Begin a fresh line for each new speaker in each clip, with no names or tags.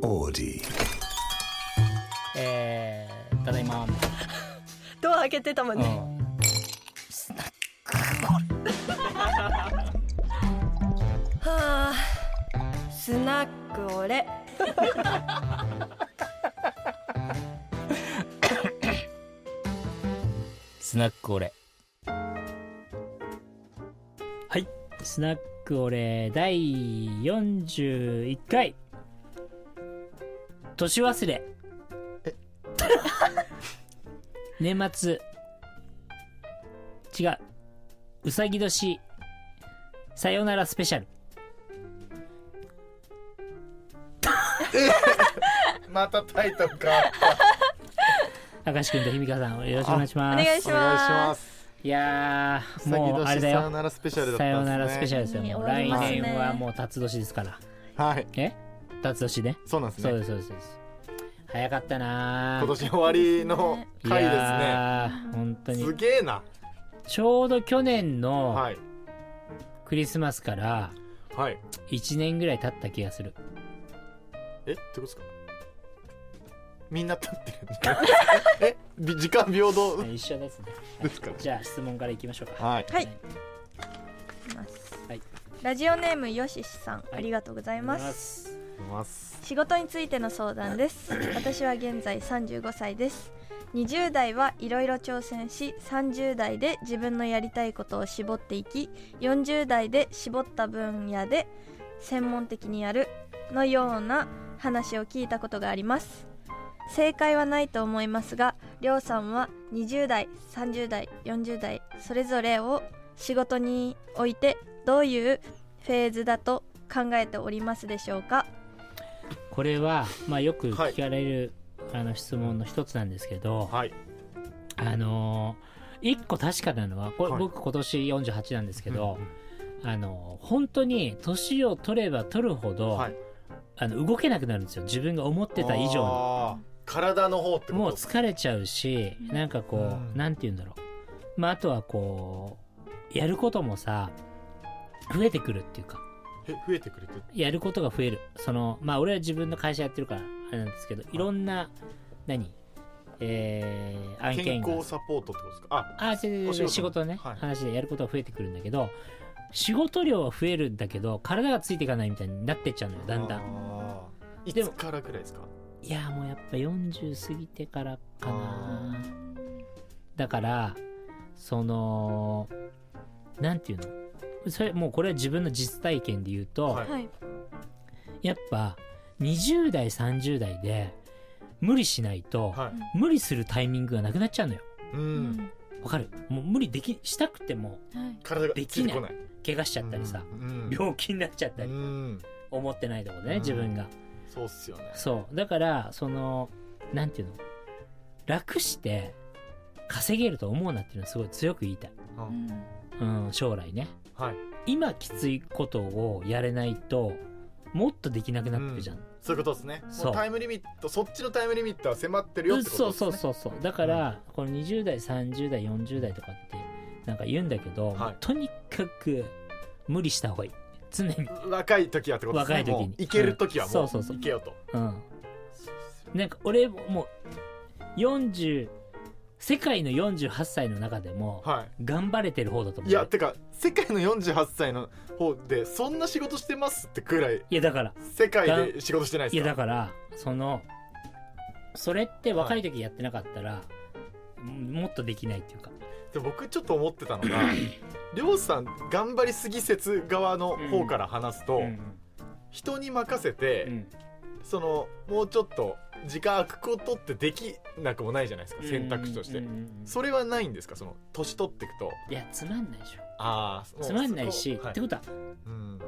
melody.
えー、ただいま、みたい
ドア開けてたもん
な。
ね、
うん
はあスナックオレ
スナックオレ。はい。スナックオレ第41回。年忘れ。年末。違う。うさぎ年。さよならスペシャル。
またタイトル変わった。
明石君とひみかさん、よろしくお願いしま
お
す。
願いし
お願いし
ま
ますす。
いやー、
先
もうあれだ
年さよ
よ。
ならスペシャルだっ
さ
た
よ
んですね。
ならスペシャルですよ。もう来
終わり
年
ますね
はもう辰年ですから。
はい。
え辰年ね。
そうなんです
そう
ね。
です、そうですそうです。早かったな
今年終わりの回
い
ですね。
やー本当
す
に。
げえな。
ちょうど去年の
はい。
クリスマスから
はい。
1年ぐらい経った気がする。
えってことですかみんな立ってるんだ えび時間平等
一緒ですね。
ですから
じゃあ質問からいきましょうか。
はい
は
は
い
いはい
ラジオネームよししさん、
い
ありがとうございます
す。
います
仕事についての相談です私は現在35歳です20代はいろいろ挑戦し30代で自分のやりたいことを絞っていき40代で絞った分野で専門的にやるのような話を聞いたことがあります正解はないと思いますがりょうさんは20代30代40代それぞれを仕事においてどういうフェーズだと考えておりますでしょうか
これは、まあよく
はい
聞かれる、あの質問の一つなんですけど、
はい
あのー、一個確かなのは、これ
はい
僕今年48なんですけど
うん、
あのー、本当に年を取れば取るほど、
はい
あの動けなくなるんですよ。自分が思ってた以上に。
あー体の方ってこと
もう疲れちゃうし、なんかこう、
うん
なんて言うんだろう。まあ、あとはこう、やることもさ、増えてくるっていうか、
え増えてくれてる
やることが増える。その、まあ、俺は自分の会社やってるから、あれなんですけど、いろんな、何えー、案件
健
が。
康サポートってことですかあ
あ、違う違う違う
お仕事の
仕事のね、
はい
話でやることが増えてくるんだけど、仕事量は増えるんだけど、体がついていかないみたいになってっちゃうのよ、だんだん。
あーい
でも
つからぐらいですか
いやもうやっぱ40過ぎてからかなだからそのなんていうのそれもうこれは自分の実体験で言うと、
はい
はい、
やっぱ20代30代で無理しないと、
はい
無理するタイミングがなくなっちゃうのよ
う
うん
わかるもう無理できしたくても
はい、
体が
で
つ
き
い
な
て
い
こない
怪我しちゃったりさ、
うん
病気になっちゃっ
う
たり、
ん
思ってないとこでね
うん
自分が、
そうっすよね
そうだからそのなんていうの楽して稼げると思うなっていうのはすごい強く言いたい、うん、将来ね
はい
今きついことをやれないともっとできなくなってくるじゃん、
そういうことですね
そう
もうタイムリミットそっちのタイムリミットは迫ってる
う
よ
ん
ってこと
そう
です
そう
ね
そうそうだから、この20代30代40代とかってなんか言うんだけど、
はい
もうとにかく無理した方がいい常に
若い時はってことですね
若い時に
もう行ける時は
う
も
んそうそうそう
行けよと
うんなんか俺もう40世界の48歳の中でも、
はい
頑張れてる方だと思う
い
よ
やてか世界の48歳の方でそんな仕事してますってくらい
いやだから
世界で仕事してない
い
で
や
すか
だからそのそれって若い時やってなかったら、もっとできないっていうか
で僕ちょっと思ってたの がりょうさん頑張りすぎ説側の方から話すと、
うん
人に任せて、そのもうちょっと時間空くことってできなくもないじゃないですか選択肢として、
うんうんうん
それはないんですかその年取っていくと
いやつまんないでしょ
ああ
つまんないし、
はい
ってことは
うん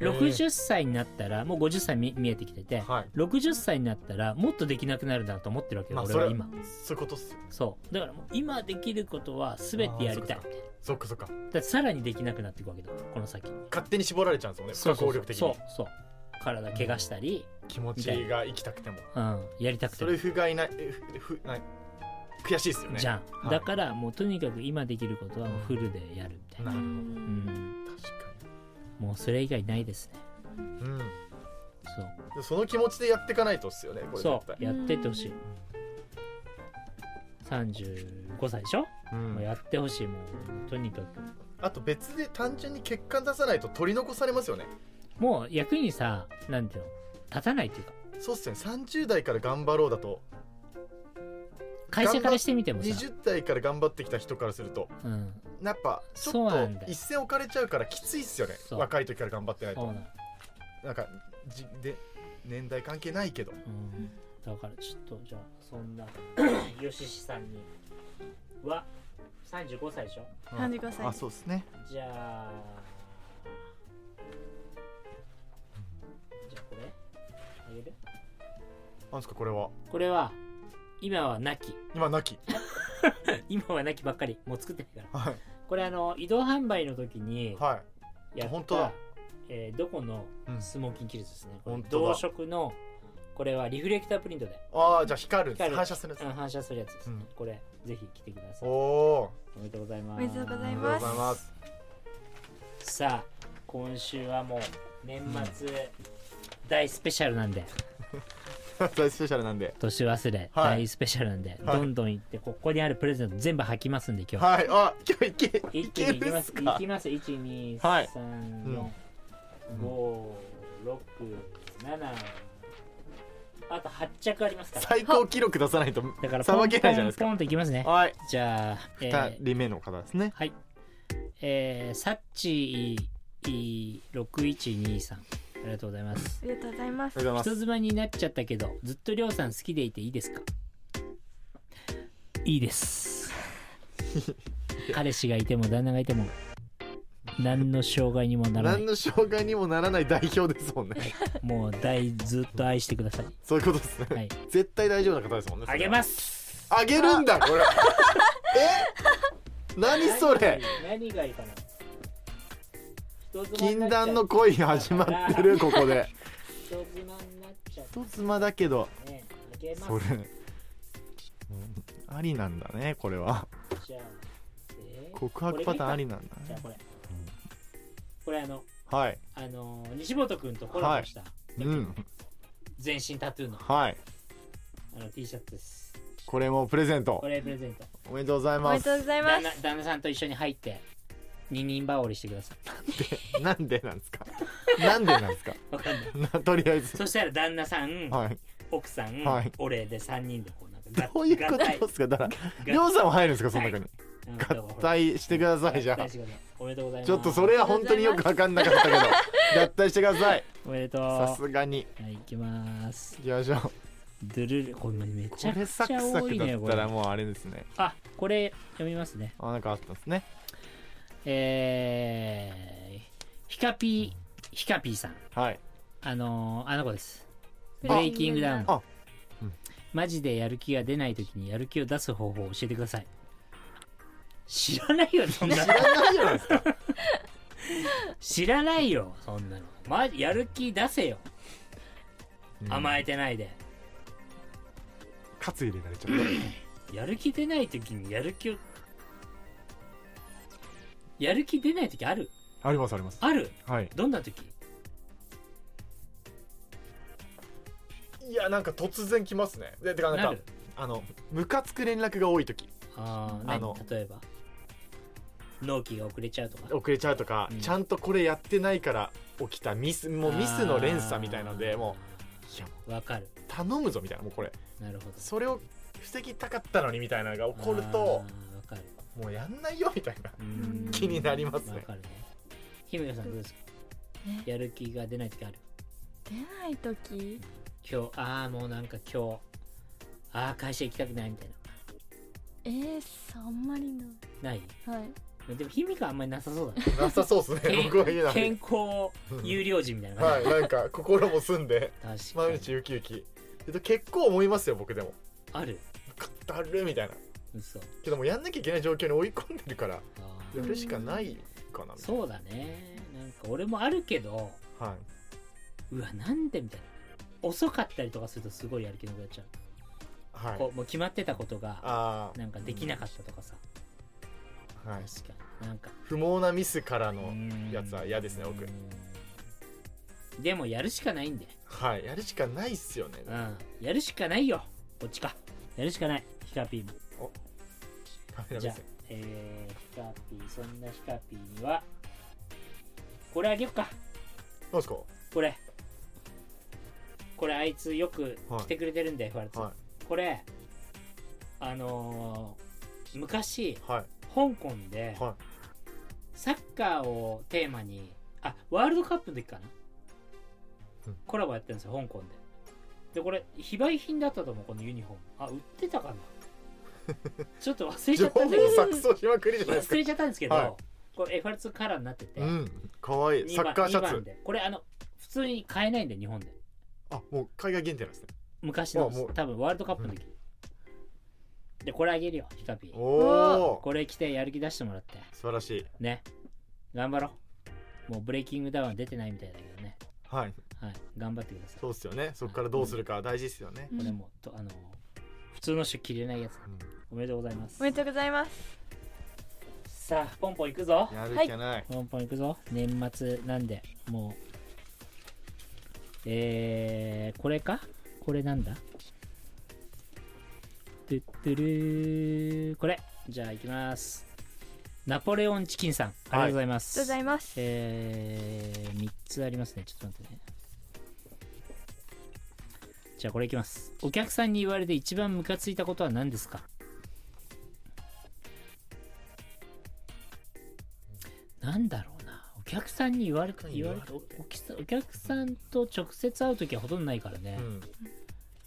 60歳になったらもう50歳見見えてきてて、
はい
60歳になったらもっとできなくなるなと思ってるわけよ、
まあ
俺
それ
は
は
今
そういうことっすよ
そうだからもう今できることは全てやりたい
あーそっかそっかそっか
だからさらにできなくなっていくわけだこの先
勝手に絞られちゃうんですもんね不可抗力的に
そうそうそう体怪我したり、
気持ちが生きたくても
うん、やりたくて
そ
も
れ不甲斐ないえふふない悔しいですよね
じゃん、
い
だからもうとにかく今できることはもうフルでやるみたいな、
なる
うん
ほど確か
もうそれ以外ないですね
にうん
そそう
その気持ちでやっていかないとっすよねこれ
そ
絶対
うやってってほしい35歳でしょ、
うん
もうやってほしいもうとにかく
あと別で単純に結果出さないと取り残されますよね
もう役にさなんていうの立たないっていうか
そうっすよね30代から頑張ろうだと
会社からしてみてもさ、
20代から頑張ってきた人からすると
うん、
やっぱち
そう
ょっ
なんだ
と
よ
一線置かれちゃうからきついっすよね
そう
若い時から頑張ってない
そう
と
なの
なんかじで年代関係ないけど
うんだからちょっとじゃあそん なよししさんには35歳でしょ
35歳
あそうですね
じゃあじゃあこれあげる
なんですかこれは
これは今はなき
今なき
今はなきばっかりもう作ってないから
は
これあの移動販売の時に
いはい
やった、
本当だ
えーどこの
うん
スモーキン技術ですね、これ
本当だ
同色のこれはリフレクタープリントで
ああじゃあ光る
光る
反射するんです
うん反射するやつです、
うん
これぜひ来てくださ
お
い
お
おめでとうございます
おめでとうござ
ー
い
あり
ま
が
す
とうございます
さあ今週はもう年末大スペシャルなんで、
大スペシャルなんで
年忘れ
はい
大スペシャルなんで、
はい
どんどん行ってここにあるプレゼント全部吐きますんで今日、
はいあ今日いけい
一気
け
に行き
る
ま
っ
す
す
行
か
きます1 2 3 4 5 6 7 8 9 10
はいうん
あと8着ありますから
最高記録出さないと
だから
さばけないじゃないです
ポンポン
か
ポンといきますね
はい
じゃあ、えー
2人目の方ですね
はい。えー、サッチー6123さん。ありがとうございます。
ありがとうございます
ありがとうござい
人妻になっちゃったけど、ずっとりょうさん好きでいていいですかいいです。 彼氏がいても旦那がいても、何の障害にもなら
ます
ない
何。の障害にもならない代表ですもんね
もう大ずっと愛してください。
そういうことですね、
はい
絶対大丈夫な方ですもんね
あげますす
あげるんだこれえ何それ
何がいいかな人妻にな
禁
っちゃ
断の恋が始まってるここで
人妻になっちゃっ
一妻だけど
たね。あげます
それうんありなんだねこれは
じゃあ、えー
告白パターンありなん
じゃあ
だね
これ。これあの、
はい
あのー西本くんとコラボした
うん
全身タトゥーの,、
はい
あの T シャツです。
これもプレゼント
これプレゼント。
おめでとうござい
おめ
ま
ですとうございま
旦
す
那旦那さんと一緒に入って、二人羽織してください。
なんでなんですかなんでなんですか
わかんない。
なとりあえず
そしたら旦那さん、
はい
奥さん、
はい
俺で三人でこうなんか
どういうことですかだからりょうさんも入るんですかその中に合体してくださいじゃあ
おめでとうございます。
ちょっとそれは本当によくわかんなかった けど合体してください
おめでとう。
さ
は
すがに
い、行きます。
いきましょう
ドゥルル、これめち
こ
ゃく
れサ
ち
ク
ゃ
サ
多
ク
い
だ
ね、
っ
こ
た
れ
ら。もうあれですね
あ、これ読みますね。
あなんかあったんですね
えー、ヒカピー、ヒカピーさん。
はい
あのーあの子です。
あ
ブレイキングダウン。
あうん
マジでやる気が出ないときにやる気を出す方法を教えてください。知らないよ、そんなの
知。らないじゃないですか
知らないよ、そんなの。ま、やる気出せよ。甘
い
えてないで。
カツ入れられちゃっ
やる気出ないときにやる気を。やる気出ないときある
たありますあります
ある
はい
どんなとき
いやなんか突然来ますねでてか
な
なんか
る
あのムカつく連絡が多い時
あー
あ
何
の
例えば納期が遅れちゃうとか
遅れちゃうとか、
うん
ちゃんとこれやってないから起きたミスもうミスの連鎖みたいなのでもういや
うわかる
頼むぞみたいなもうこれ
なるほど
それを防ぎたかったのにみたいなのが起こると
あーわかる
もうやんないよみたいな
うーん
気になりますね
わかるねひめかさんどうですか
ね
やる気が出ない時ある
出ない時
今日ああもうなんか今日ああ会社行きたくないみたい
えー、さあんまりな
なない
いはい
でもひめかあんまりなさそうだね
なさそうですね
健
僕は言えない
健康有料児みたいな
は
感
い
じ、
なんか心も澄んで
確かに
毎日ウキウキえっと結構思いますよ僕でも
ある
だるみたいな
嘘あ
けどもうやんなきゃいけない状況に追い込んでるから
ー
やるしかないかなみたい
そうだねなんか俺もあるけど
なはいう
わなんでみたいな遅かったりとかするとすごいやる気なくなっちゃう、
はい
こうもう決まってたことが
あ
なんかできなかったとかさ、
あはい
確かになんか
不毛なミスからのやつは嫌ですね僕
うんでもやるしかないんで
はいやるしかないっすよね
うんやるしかないよこっちかやるしかないヒカピーも
カメラ
じ
目
ゃあ
線、
えー、ヒカピーそんなヒカピーにはこれあげよっか
なんすか
これこれあいつよく来てくれてるんで、ファルツ、
は
これあのー昔
いはい
香港で
は
サッカーをテーマにあワールドカップの時かな、
うん
コラボやってるんですよ香港ででこれ非売品だったと思うこのユニフォームあ売ってたか なちょっと忘
い
れち
情
ゃった
報
んだけど
錯綜しまくりじゃないです
忘
か
れちゃったんですけど、
はい
これ FR2 カラーになってて、
うんかわいい
二
サ
番
ッカーシャ
二番
ツ
でこれあの普通に買えないんで日本で
あもう海外限定なんですね
昔の
あもう
多分ワールドカップの時、でこれあげるよヒカピー
おお
これ着てやる気出してもらって
素晴らしい
ね頑張ろうもうブレイキングダウンは出てないみたいだけどね
はい
はい頑張ってください
そうっすよねそこからどうするか大事っすよね、
これもとあの普通の人着れないやつ
うん
おめでとうございます
おめでとうございます
さあポンポン行くぞ
やる気はない、
ポンポン行くぞ年末なんでもうえー、これかこれなんだトゥットゥルーこれじゃあ行きますナポレオンチキンさんありがとうございま
ありが
す、
とうございます
えー、3つありますねちょっと待ってねじゃあこれいきますお客さんに言われて一番ムカついたことは何ですかなんだろうなお客さんに言われて言われておお客さんお客さんと直接会う時はほとんどないからね、
うん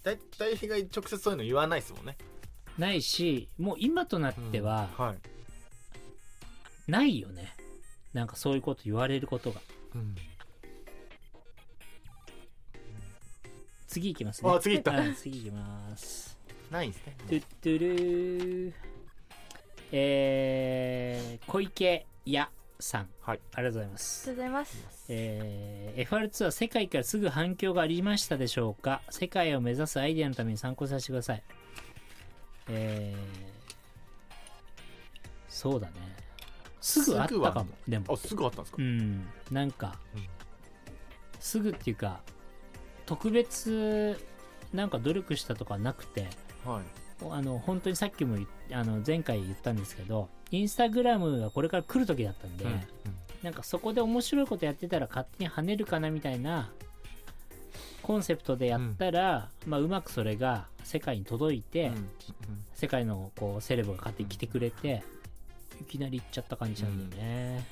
大体被害直接そういうの言わないっすもんね、
ないしもう今となっ
うん
ては
はい、
ないよね、なんかそういうこと言われることが
うん
次いきますね
あ次行った
はい次いきます
ないんですね
トゥットゥルーえー、小池屋さん、
はい
ありがとうございま
ありがと
す、
うございます
えー FR2 は世界からすぐ反響がありましたでしょうか世界を目指すアイデアのために参考にさせてくださいえー、そうだねすぐあったかもでも
あすぐあったんですか
う、んなんか、
うん
すぐっていうか特別なんか努力したとかなくて
はい
あの本当にさっきも言っあの前回言ったんですけどインスタグラムがこれから来る時だったんで、
うん
なんかそこで面白いことやってたら勝手に跳ねるかなみたいなコンセプトでやったら、うまあ、うまくそれが世界に届いて、
うん
世界のこうセレブが勝手に来てくれて、いきなり行っちゃった感じなんだよね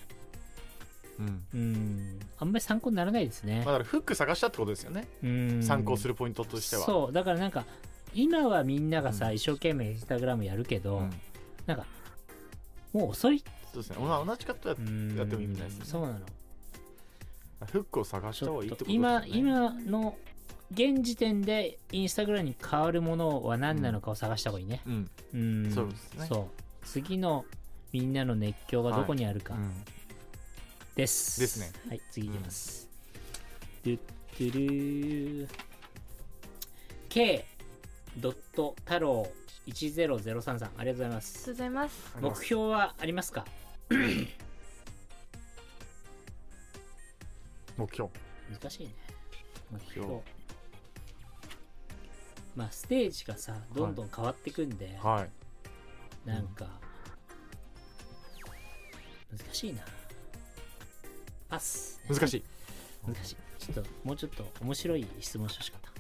うん
う
うん
んあんまり参考にならないですね
まあ、だからフック探したってことですよね、
うん
参考するポイントとしては
そうだからなんか今はみんながさ、
うん
一生懸命インスタグラムやるけど、
うん
なんかもう遅い
そうですねまあ同じ方やっやっても意味ないですね
うんそうなの
フックを探し
ち
た方
ょ
がいい
っ
ってこと
と
ですよ
今今
ね
の現時点でインスタグラムに変わるものは何なのかを探した方がいいね
うん
うん
そうですね
そう次のみんなの熱狂がどこにある
う
か
ん
です、
ですね
はい次いきます、ドゥッドゥルー K ドット太郎10033さんありがとうございま
ありが
す
とうございます
目標はありますか
目標
難しいね目
標
標まあステージがさどんどん変わってくんで、
はい
なんか、難しいなパス
難しい
難しいちょっともうちょっと面白い質問してほしかっ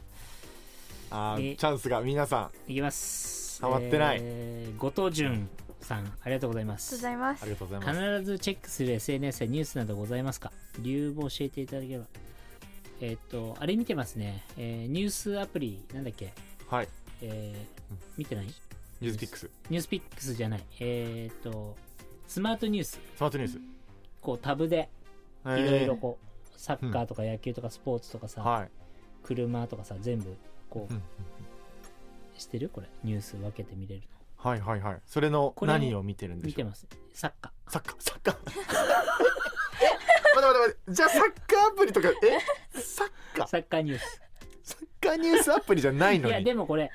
た
あー
え
チャンスが皆さん
いきます
変わってない
えー後藤潤さんありがとうございま
ありがとうご
す
ざいま
あ
す
りがとうございます
必ずチェックする SNS やニュースなどございますか理由も教えていただければえーっとあれ見てますね、えーニュースアプリなんだっけ
はい
えー
うん
見てない
ニュースピックス
ニュースピックスじゃないえーっとスマートニュース
スマートニュース
こうタブで
い
いろいろこうサッカーとか野球とかスポーツとかさ、
はい
車とかさ全部こう、
うん
してるこれニュース分けて見れるの
はいはいはいそれの
これを
何を見てるんで
見
しょ
て
う
ますサッカ
サッカーサッカーえ待って待って待ってじゃあサッカーアプリとかえサッカ
ー
ー
サッカーニュース
サッカーニュースアプリじゃない
い
の
や
に
でもこれ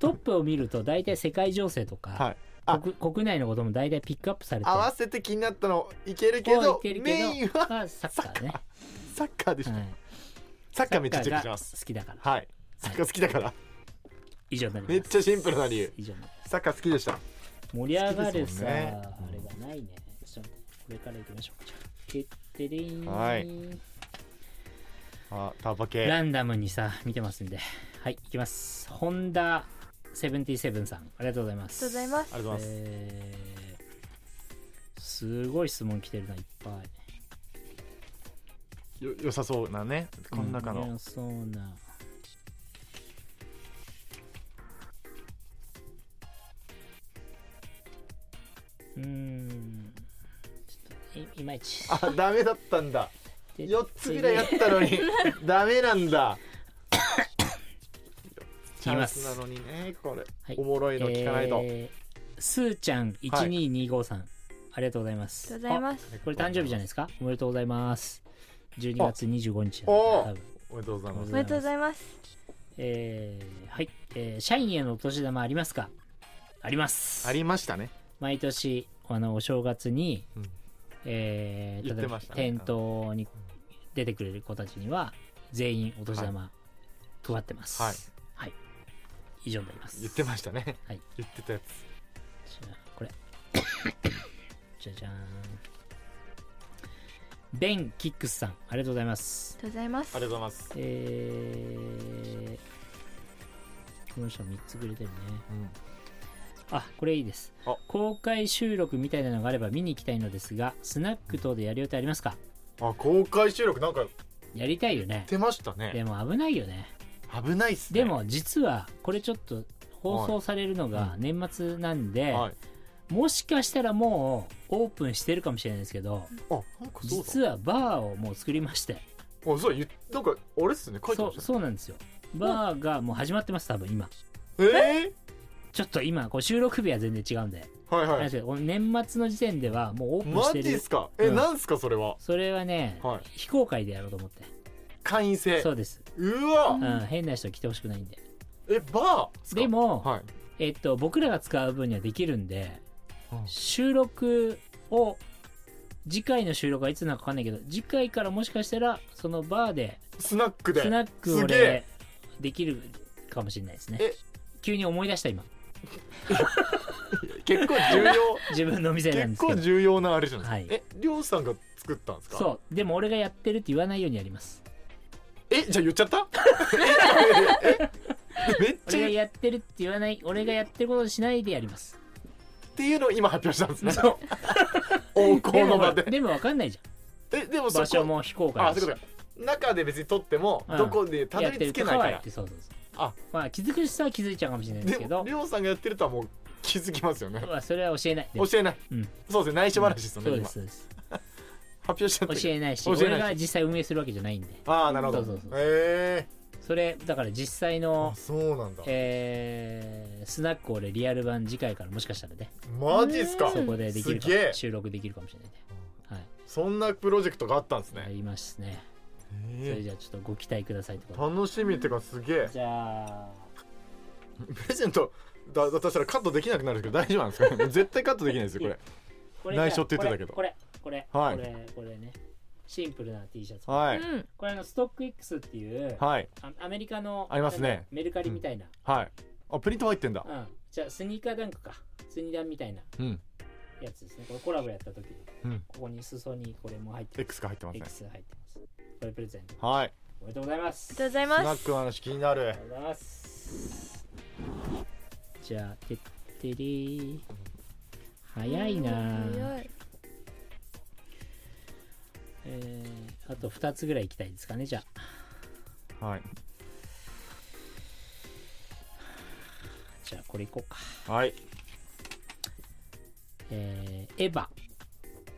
トップを見ると大体世界情勢と
は
か、
いあ
国国内のことも大体ピックアップされて
合わせて気になったのいけるけど
こういけるけど
メインは
まあサッカーね
サッカーでし
は
た
い
サッカーめっち
サ
ゃチ
ッ
ェ
カー
ックし
が
ま
好
す
きだから。
はいサッカー好きだから
以上になります。
めっちゃシンプルな理由
以上になります
サッカー好きでした
盛り上がるさ、
好きですもんね
あれがないね。ちょっと待ってこれから行きましょうか。じゃあてってれーん
はいあタバケ
ランダムにさ、見てますんで。はい、いきます。ホンダ77さん、ありがとうございます。
とうございます
ありがとうございます
えーすごい質問来てるな、いっぱい。
よ良さそうなねこの中
うん
の
良そうな。うーん。ちょっといいまいち。
あダメだったんだ
で
4つぐらいあったのに ダメなんだチ
言い
ャ
ま
ン
す
スなのにねこれ、
はい
おもろいの聞かないと、
えーすーちゃん1225さん、ありがとうございます。
とうございます
あこれ誕生日じゃないですかおめでとうございます。12月25日
おお
多分
おめでとうございます
おめでとうございます
えーはい、えー社員へのお年玉ありますかあります。
ありましたね
毎年あのお正月に、
うん
えー
言っ
例え
て
ば
ましたね
店頭に出てくれる子たちには全員お年玉配ってます
はい、
はい以上になります
言ってましたね、
はい
言ってたやつ
じゃあこれ じゃじゃーんベン・キックスさんありがとうございます
ありがとうございます
ありがとうございます、
えー、この人3つくれてるねあこれいいです
あ
公開収録みたいなのがあれば見に行きたいのですがスナック等でやる予定ありますか
あ公開収録なんか
やりたいよね
出ましたね
でも危ないよね
危ないっすね
でも実はこれちょっと放送されるのが年末なんで、
はい
もしかしたらもうオープンしてるかもしれないですけど
あなんかそう
実はバーをもう作りまして
だあそう言っなんかあれっすね書いて
そ
ま
う
した
そうなんですよバーがもう始まってます多分今
え
ちょっと今こう収録日は全然違うんで、
ー、はい
あれ
は
で
い
すけどこの年末の時点ではもうオープン
マ
し
ジ
て
っ
る
すかえ、
うん
なんすかそれは
それはね、
はい
非公開でやろうと思って
会員制
そうです、
うわ
うん変な人来てほしくないんで
えバーっすか
でも、
はい
えっと、僕らが使う分にはできるんで
うん
収録を次回の収録はいつなのかわかんないけど次回からもしかしたらそのバーで
スナックで
スナック
すげ
俺できるかもしれないですね
え
急に思い出した今
結 構重要
自分のお店なんで
結
すけ
構
ど
重要なあれじゃない
は
ですか、えりょうさんが作ったんですか
そうでも俺がやってるって言わないようにやります
えじゃあ言っちゃった ええめっちゃ
俺が
言っ
やってるって言わない俺がやってることをしないでやります
ていうのを今発表したんですね
そう
王
で
校
も
の
ほら
場で
でも分かんないじ
えでも
ゃん
そ
場所
こ
も非公開
あ
だ
そう
し
いうことか中で別に撮っても、
うん
どこでたど
やっ
り
てる
着け
と
ない
か
か
はや
ら
ってそうそうそう
あ
まあ気づく人は気づいちゃうかもしれないです
で
け
も
ど
りょうさんがやってるとはもう気づきますよね
まあそれは教えない
教えない、
うん
そうですね内緒話ですよね、
そうで
今
す
発
そうです
表しちゃったけ
教
ど
えないし
教えないし
俺が実際運営するわけじゃないんで
ああなるほど
そうそうそう
え
それだから実際
ー、
の
あ、そうなんだ
えースナック俺リアル版次回からもしかしたらね
マジっすか
うん
そこでできるか
すげえ
収録できるかもしれないねはい
そんなプロジェクトがあったんです
や
ね、
りますねそれ
え
じゃあちょっとご期待くださいってこと
ー、楽しみってかすげえ
でじゃあ
プレゼントだだとしたらカットできなくなるんですけど大丈夫なんですか 絶対カットできないですよこれ
これじゃあ
内緒って言ってたけど
これこれこれ,、
はい
これこれねシンプルな T シャツ
は
う
い
ん
これあのストック X っていう
はい
あアメリカの
ありますね
なんかメルカリみたいな、
はいあプリント入ってんだ
うんじゃあスニーカーダンクかスニダンみたいな
うん
やつですねこれコラボやった時に
うん
ここに裾にこれも入ってます
X が入ってますね
X が入ってますこれプレゼント
はい
おめでとうございます
ありがとうござい
スナ
ま
ックの話気になる
ありがとうございますじゃあてってりー
す
早いなー
早い
えーあと2つぐらい行きたいですかねじゃあ
はい
じゃあこれいこうか
はい
えーエヴァ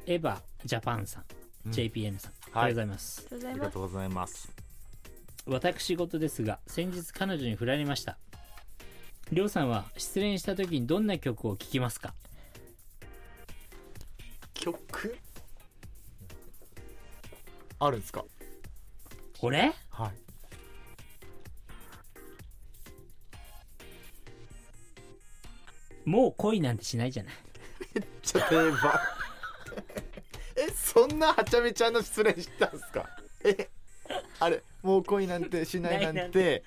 エヴァジャパンさん、
うん
JPN さんあ
はい
りがとうございます、
ありがとうござ
あ
い
り
ま
が
す
とうございます
私事ですが先日彼女に振られましたりょうさんは失恋した時にどんな曲を聴きますか
曲あるんですか
これ
はい
もう恋なんてしないじゃない
じゃあ定番 えそんなはちゃめちゃな失恋したんすかえあれもう恋なんてしないなんて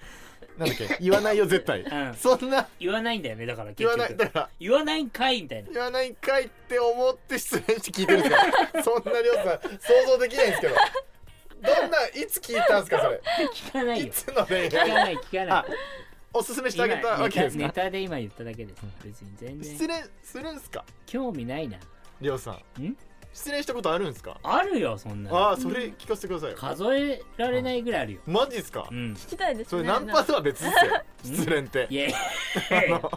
なんだっけ言わないよ絶対、
ん
そんな
言わないんだよねだから
言
結
わ
局
ないだから
言わないんかいみたいな
言わないんかいって思って失恋して聞いてるんです かそんなりょうさん想像できないんですけどどんないつ聞いたんですかそれ
聞かない
い
よ
つの恋
聞か
愛
ない聞かない
あおすすめしてあげたわけです
ネ
か
タネタで今言っただけです別に全然
失恋するんですか
興味ないな
りょうさん
ん
失恋したことあるんですか
あるよそんなの
ああそれ聞かせてくださいよ
数えられないぐらいあるよ
マジっすか
うん
聞きたいです
そ
ね
れナンパとは別ですよ失恋って
いやいや
あの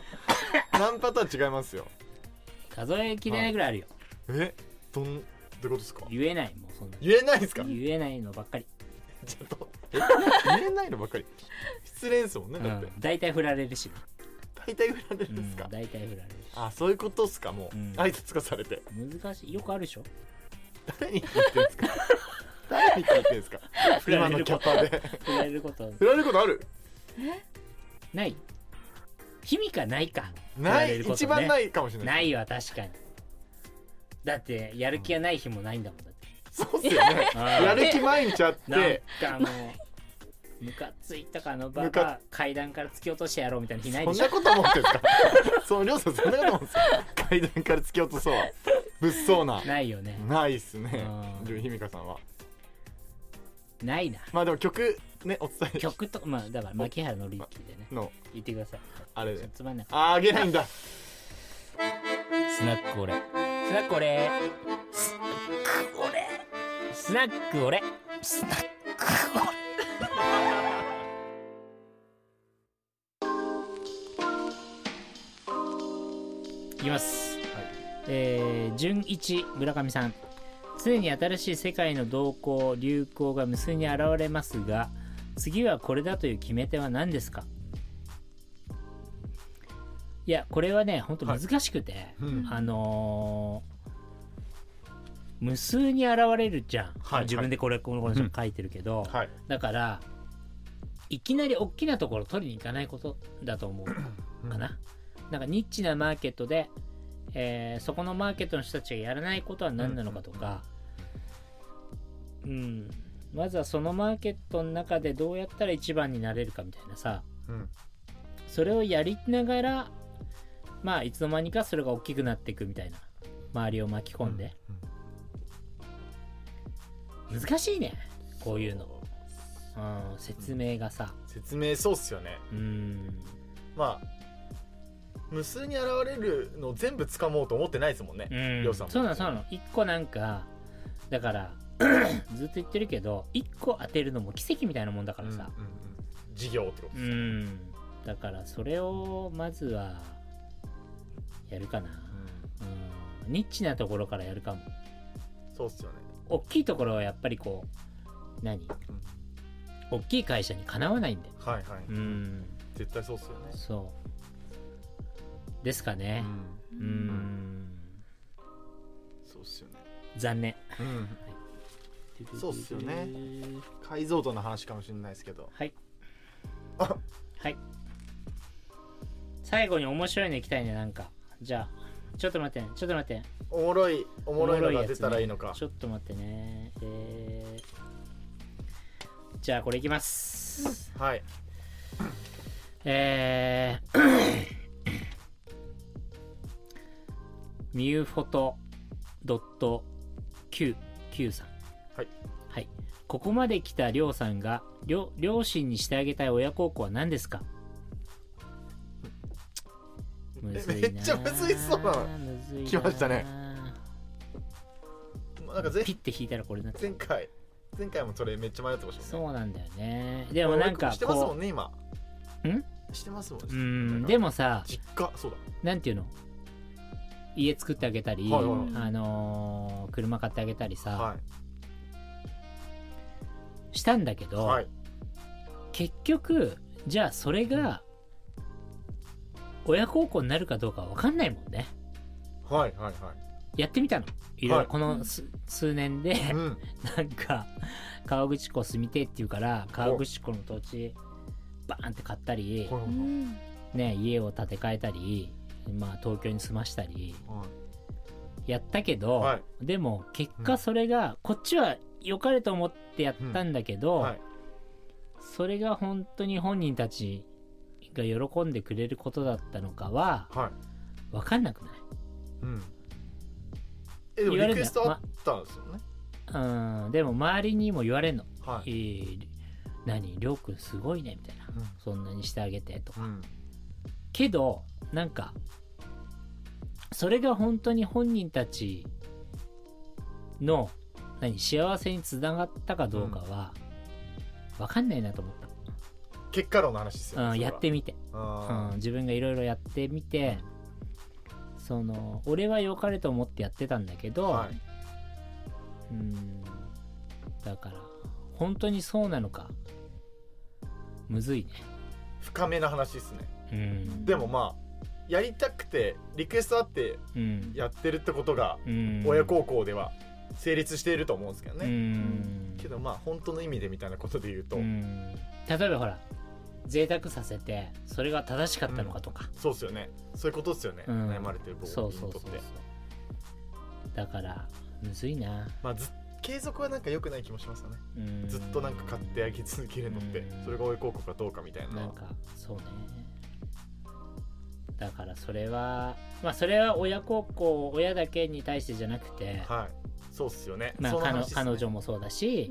ナンパとは違いますよ
数えきれないぐらいあるよ
えどんどういうことですか
言えないもうそんな
言えないですか
言えないのばっかり
ちょっとえ言えないのばっかり失恋ですもんね
う
だって
ん大体振られるし
大体振られる
うん
です
ん
か
大体振られる
あそういうことっすかもう
うん
挨拶がされて
し難しいよくあるでしょ
誰に聞いてんすか誰に聞いてんすか
振ら
今
れ
の
る
キャ
こと
パで
振られること
振られることある
ない君かないか
な
振られ
い
ることね
一番ないかもしれない
ないわ確かにだってやる気がない日もないんだもんだって
そうっすよ ね
あー
やる気毎日あっ
なん
て
かもうムカついたかあのバ
ムカ
カ階段から突き落としてやろうみたいな日ない
そ
で
ん
しょ
なこと思ってんす かそうりょうさんそんなこと思うんですか階段から突き落とそう物騒な
ないよね、
ないっすね
うん
じゃあひみかさんは
ないな
まあでも曲ねお伝え
曲とまあだから牧原紀之でね
の
言ってください
あ
ち
れ
ょっ
で
とつまんない
ああげないんだ
スナックオレスナックオレスナックオレスナックオレスナックオレいきます、えー、純一村上さん常に新しい世界の動向流行が無数に現れますが次はこれだという決め手は何ですかいやこれはね本当
はい
難しくて、
うん
あのー無数に現れるじゃん、
はい
自分でこれこのこの書いてるけど、
はい
だからいきなり大きなところ取りに行かないことだと思うかな、なんかニッチなマーケットで、えーそこのマーケットの人たちがやらないことは何なのかとかうん、まずはそのマーケットの中でどうやったら一番になれるかみたいなさ
うん
それをやりながらまあいつの間にかそれが大きくなっていくみたいな周りを巻き込んで、難しいねこういうの、うん、説明がさ
説明そうっすよね
うん
まあ無数に現れるのを全部掴もうと思ってないですもんね
うん
りょうさんも
そうなのそうなの一個なんかだから ずっと言ってるけど一個当てるのも奇跡みたいなもんだからさ
うんうんうん事業ってこと
うんだからそれをまずはやるかなうんニッチなところからやるかも
そうっすよね
大きいところはやっぱりこう何大きい会社にかなわないんだよ
はいはい
うん
絶対そうっすよね
そうですかね
うん
うん
そうっすよね
残念
うんそうっすよね解像度の話かもしれないですけど
はい
あ
はい最後に面白いのいきたいねなんかじゃあちょっと待ってねちょっと待って
おもろいおもろいのが出たらいいの
おもろや
か
つねちょっと待ってねえーじゃあこれいきます
はい
えー ミューフォトドット Q, Q さん
はい、
はい、ここまで来たりょうさんがりょ両親にしてあげたい親孝行は何ですかむずいな
めっちゃむずいそうなの
むずいな
来ましたねなんかぜ
ピッて引いたらこれになっちゃ
前回前回もそれめっちゃ迷ってまし
う
たもん
そう
ね
なんだよねでもなんか
してますも
うん
ね今
ん
してますもんね
ううんで
も
もさ
実家そうだ
なんていうの家作ってあげたり、
はいはいはい
あのー車買ってあげたりさ、
は
したんだけ
い
ど、
はい
結局じゃあそれが親孝行になるかどうかわかんないもんね
はいはいは
やってみたのいろい
は
ろ
い
このす、数年で
いうん
なんか川口湖住みてえって言うから川口湖の土地バーンって買ったり
ほ、らほ
うん
ね、家を建て替えたり、まあ、東京に住ましたり
らはい
やったけど、
はい
でも結果それが、こっちは良かれと思ってやったんだけど、
はい
それが本当に本人たちが喜んでくれることだったのかは
はい
分かんなくない
うんえでも
言わ
リ
れるんだ
クエストあったんですよね、
うんでも周りにも言われんの「
は
え
い、
ー何りょうくんすごいね」みたいな「そんなにしてあげて」とか
うんうん
けどなんかそれが本当に本人たちの何幸せにつながったかどうかは分かんないなと思っ
結果論の話ですよ
た、う
ね、
ん、
それ
や
は
ってみて、うん
あ、
自分がいろいろやってみてその俺は良かれと思ってやってたんだけど、
ーはい、
うんだから本当にそうなのかむずいね
深めな話ですね
うん
でもまあやりたくてリクエストあって
うん
やってるってことが
うん
親孝行では成立していると思うんですけど
う
ね、
ん
けどまあ本当の意味でみたいなことで言うと、
うん例えばほら贅沢させてそれが正しかったのかとか、
そうっすよねそういうことっすよね、
うん
悩まれてる僕
そう
に
そ
とっ
う
て
そうそうだからむずいな、
まあず継続はなんか良くない気もしますよね
うん
ずっとなんか買ってあげ続けるのって
うん
それが親孝行かどうかみたいな
なんかそうねだからそれはまあそれは親孝行親だけに対してじゃなくて、
はいそうっすよね,、
まあ、
その
彼
話
女
っすね
彼女もそうだし、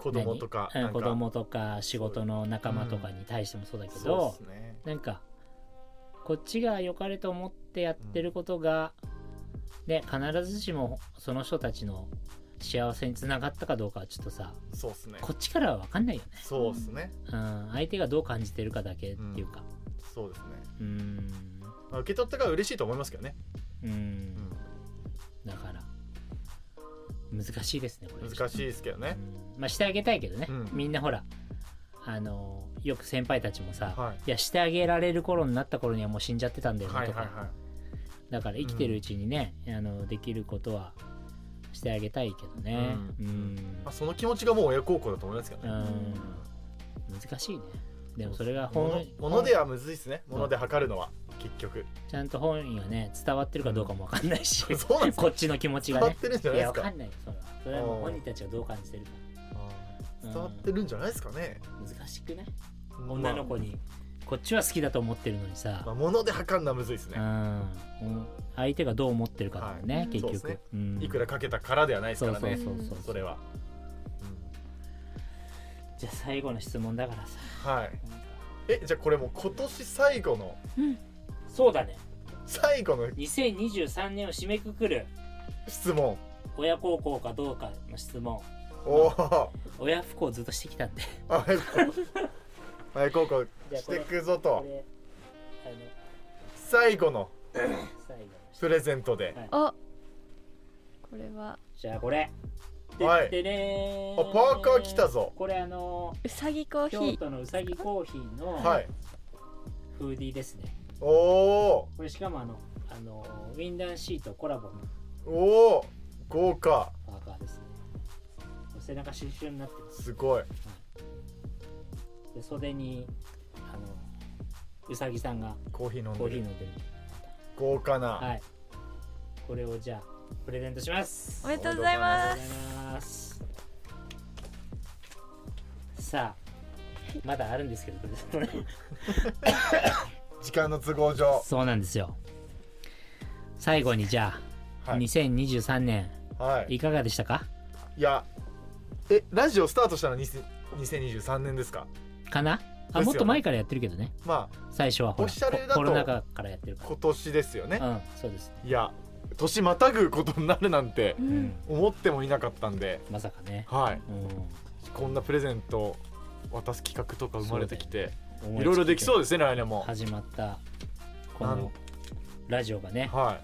子供とか
何
な
うんん
か
子供とか仕事の仲間とかに対してもそうだけ
そう
ど
っ、すね
なんかこっちが良かれと思ってやってることが、ね必ずしもその人たちの幸せにつながったかどうかはちょっとさ
そうっすね
こっちからは分かんないよね、
そうっすね
うん、相手がどう感じてるかだけっていうか
そうですね、
うーん
まあ、受け取ったから嬉しいと思いますけどね、
うーん
う
だから難しいですねこれ
ん、難しいですけどね、
うんまあしてあげたいけどね、
うん
みんなほらあのよく先輩たちもさ、
はい
いやしてあげられる頃になった頃にはもう死んじゃってたんだよ
は
ね
い
と
はい
か、
はい
だから生きてるうちにね、あのできることはしてあげたいけどねう、
うんんまあ、その気持ちがもう親孝行だと思いますけど
う
ね、
ん難しいねでもそれが本
もので
本
はむずいですねもので測るのは結局
ちゃんと本意がね伝わってるかどうかも分かんないし、
うんそうなんですか
こっちの気持ち
伝
が
わっ
ね
てるんじゃ
い
ないで
や
す
分
か
かんないよそれはそれはもう本人たちがどう感じてるか
伝わってるんじゃないですかね、
難しくない
まあ
女の子にこっちは好きだと思ってるのに
まあ、
さ、
もので測るのはむずいですね、
うんうん相手がどう思ってるかだよね、
はい
結局
そうですね
うん
いくらかけたからではないです
そ
か
う
ら
そう
ね
そうそう
それは、
じゃあ最後の質問だからさ
うんはいえじゃあこれもう今年最後の
そうだね
最後の
2023年を締めくくる
質問
親孝行かどうかの質問
おお
親不幸ずっとしてきた んで
親孝行親孝行してくぞ
ことれあの
最後の
最後の質
プレゼントで
あこれは
じゃあこれで
はい
でね
あパーカー来たぞ
これあの
うさぎコーヒ
京
ー
都のうさぎコーヒーの
はい
フーディーですね、
おお
これしかもあのあのウィンダンシートコラボの
ーおお豪華
パーカーですね背中シュシュになってます
すごい
で袖にあのうさぎさんが
コーヒー飲ん
コー
で
ヒー飲
る
んでる
豪華な、
はい。これをじゃあプレゼントします。
お
あ
めでとうございま
りがとう
す
ございます。さあ、まだあるんですけど、プレゼントね
時間の都合上
そうなんですよ。最後にじゃあ、
はい、
2023年
はい、
いかがでしたか？
いやえラジオスタートしたのは20 2023年ですか
かな？
ですよ
あ、
ね
もっと前からやってるけどね。
ま
最初はほ
オ
ら
フィシャルだと
ココロナ禍からやってる
あ
か
今年ですよね
ら。うん、そうですね。
いや年またぐことになるなんて
う
うんん、
思ってもいなかったんで
まさかね。
はい
うん
こんなプレゼントを渡す企画とか生まれてきて、
思
いろいろできそう
う
ですね来年も
始まったこ
な
の
ん
ラジオがね。
は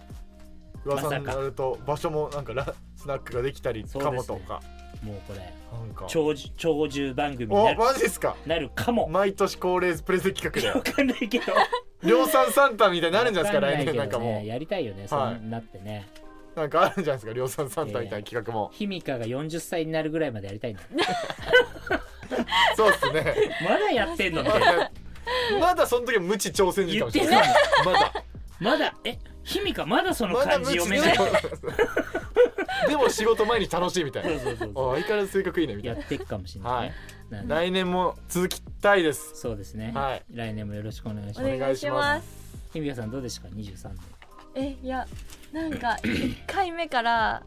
い
まさか
噂になると場所もなんかラスナックができたり
そう
か
で
も
すね
とか、
もうこれ。
なんか
長寿長寿番組にな
お
る
マジですか
なるかも
毎年恒例プレゼン企画
わ
で
かんないけど
量産サンタみたい になるんじゃないですか来年な
わい
んか
けど
も
ねやりたいよねそうなってね
うなんかあるんじゃないですか量産サンタみたいな企画も
ひみかが40歳になるぐらいまでやりたい んだ
そうで すね
まだやってんのみたいな
まだその時は無知挑戦時か
言っ
もしてれ
な
ない
い
まだ
まだえ卑弥呼まだその
まだ
漢
無
字
知
読めないそう
でも仕事毎日楽しいみたいなあ
そうそうそ
相変わらず性格いいねみ
う
た
や
い
っていくかもしれ
な
な
はい
ね
い
なんで
来年も続きたいです
そうですね
はい
来年もよろしくお願いし
お
ます
願いします
卑弥呼さんどうでしたか23年
えいやなんか一回目から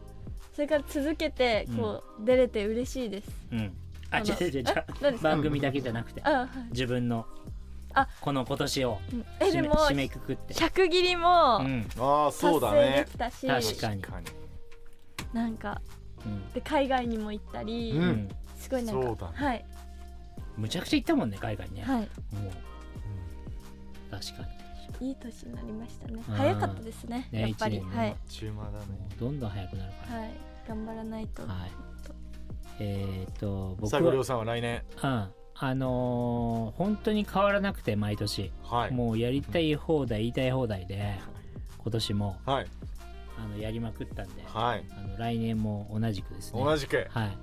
それから続けてこう、出れて嬉しいです
うんあ
あの
違う違う違う
え何ですか
番組だけじゃなくて
あはい
自分の
あ
この今年を
うんえ
締
で
め
も
締めくくって
100切りも
うん
ああ
達
そうだ
成
ね
できたし、
確かに
確か
なんか
うん
で海外にも行ったり、
うん
うん
すごいなんか
そうだね
はい
むちゃくちゃ行ったもんね海外ね
はい
もう確か
いい年になりましたね
うん
早かったですね
ね
やっぱり、
一年ね
はい
に中間だ
にも
ね
うどんどん早くなるから
はい頑張らないと、
はいえっと僕
さあご
は
りょうさんは来年
うんあのー本当に変わらなくて毎年
はい
もうやりたい放題言いたい放題で今年も
はい
あのやりまくったんで
はい
あの来年も同じくですね
同じく
はい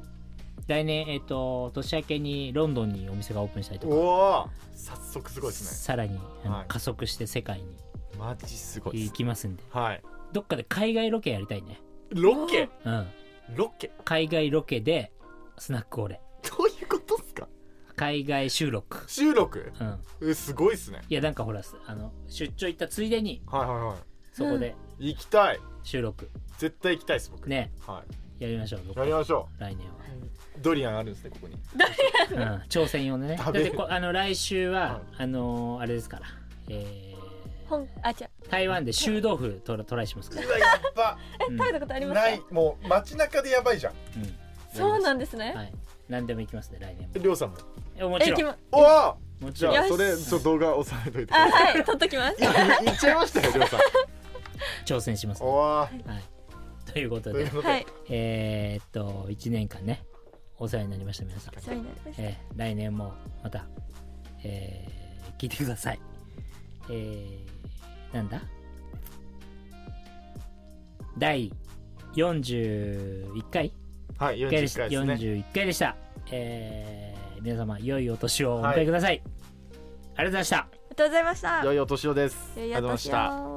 来年えっと年明けにロンドンにお店がオープンしたりと
お
か
お早速すごいです
さらにあの
はい
加速して世界に
ねマジすごいで
行
す
きますんで
はい
どっかで海外ロケやりたいね
ロケ
うん
ロケ
海外ロケでスナックオレ
どういうことっすか
海外収録
収録
うん
えすごいっすね
いやなんかほらあの出張行ったついでに
はいはいは
そこで
い行きたい
収録
絶対行きたいです僕
ね
は
やりましょう僕
いやりましょ
来年
うドリアンあるんですねここに
は、 うん、挑戦用のねだっ
食べ
て
る
こあの来週は、
う
あのーあれですからえー、
本あ違う
台湾で臭豆腐トラトライしますから、
うわやっ ば
うん
食べたことあります
な
か
いもう街中でやばいじゃん
う
そうなんですね、
んはい何でも行きますね来年も
りょうさんも
いやも
え
ちろ
き
ん
ま
おお
もち
じ
ろん
ゃあ
よし
それちょっと動画押さえといて
あはい撮っとき ます
いや言っちゃいましたよりょうさん
挑戦しますね、
おお
はい、ということ
という
で
こと
は
で
い
えー、っと1年間ねお世話になりました皆さん、
そういうのです
えー来年もまた、えー聞いてくださいえーなんだ第41回
はい
回でし
40
た
回ですね
41回でした、えー皆様良いお年をお迎えください、ありがとうございました
ありがとうございました
良いお年をですあ
良
り
い
がとうございました
お年を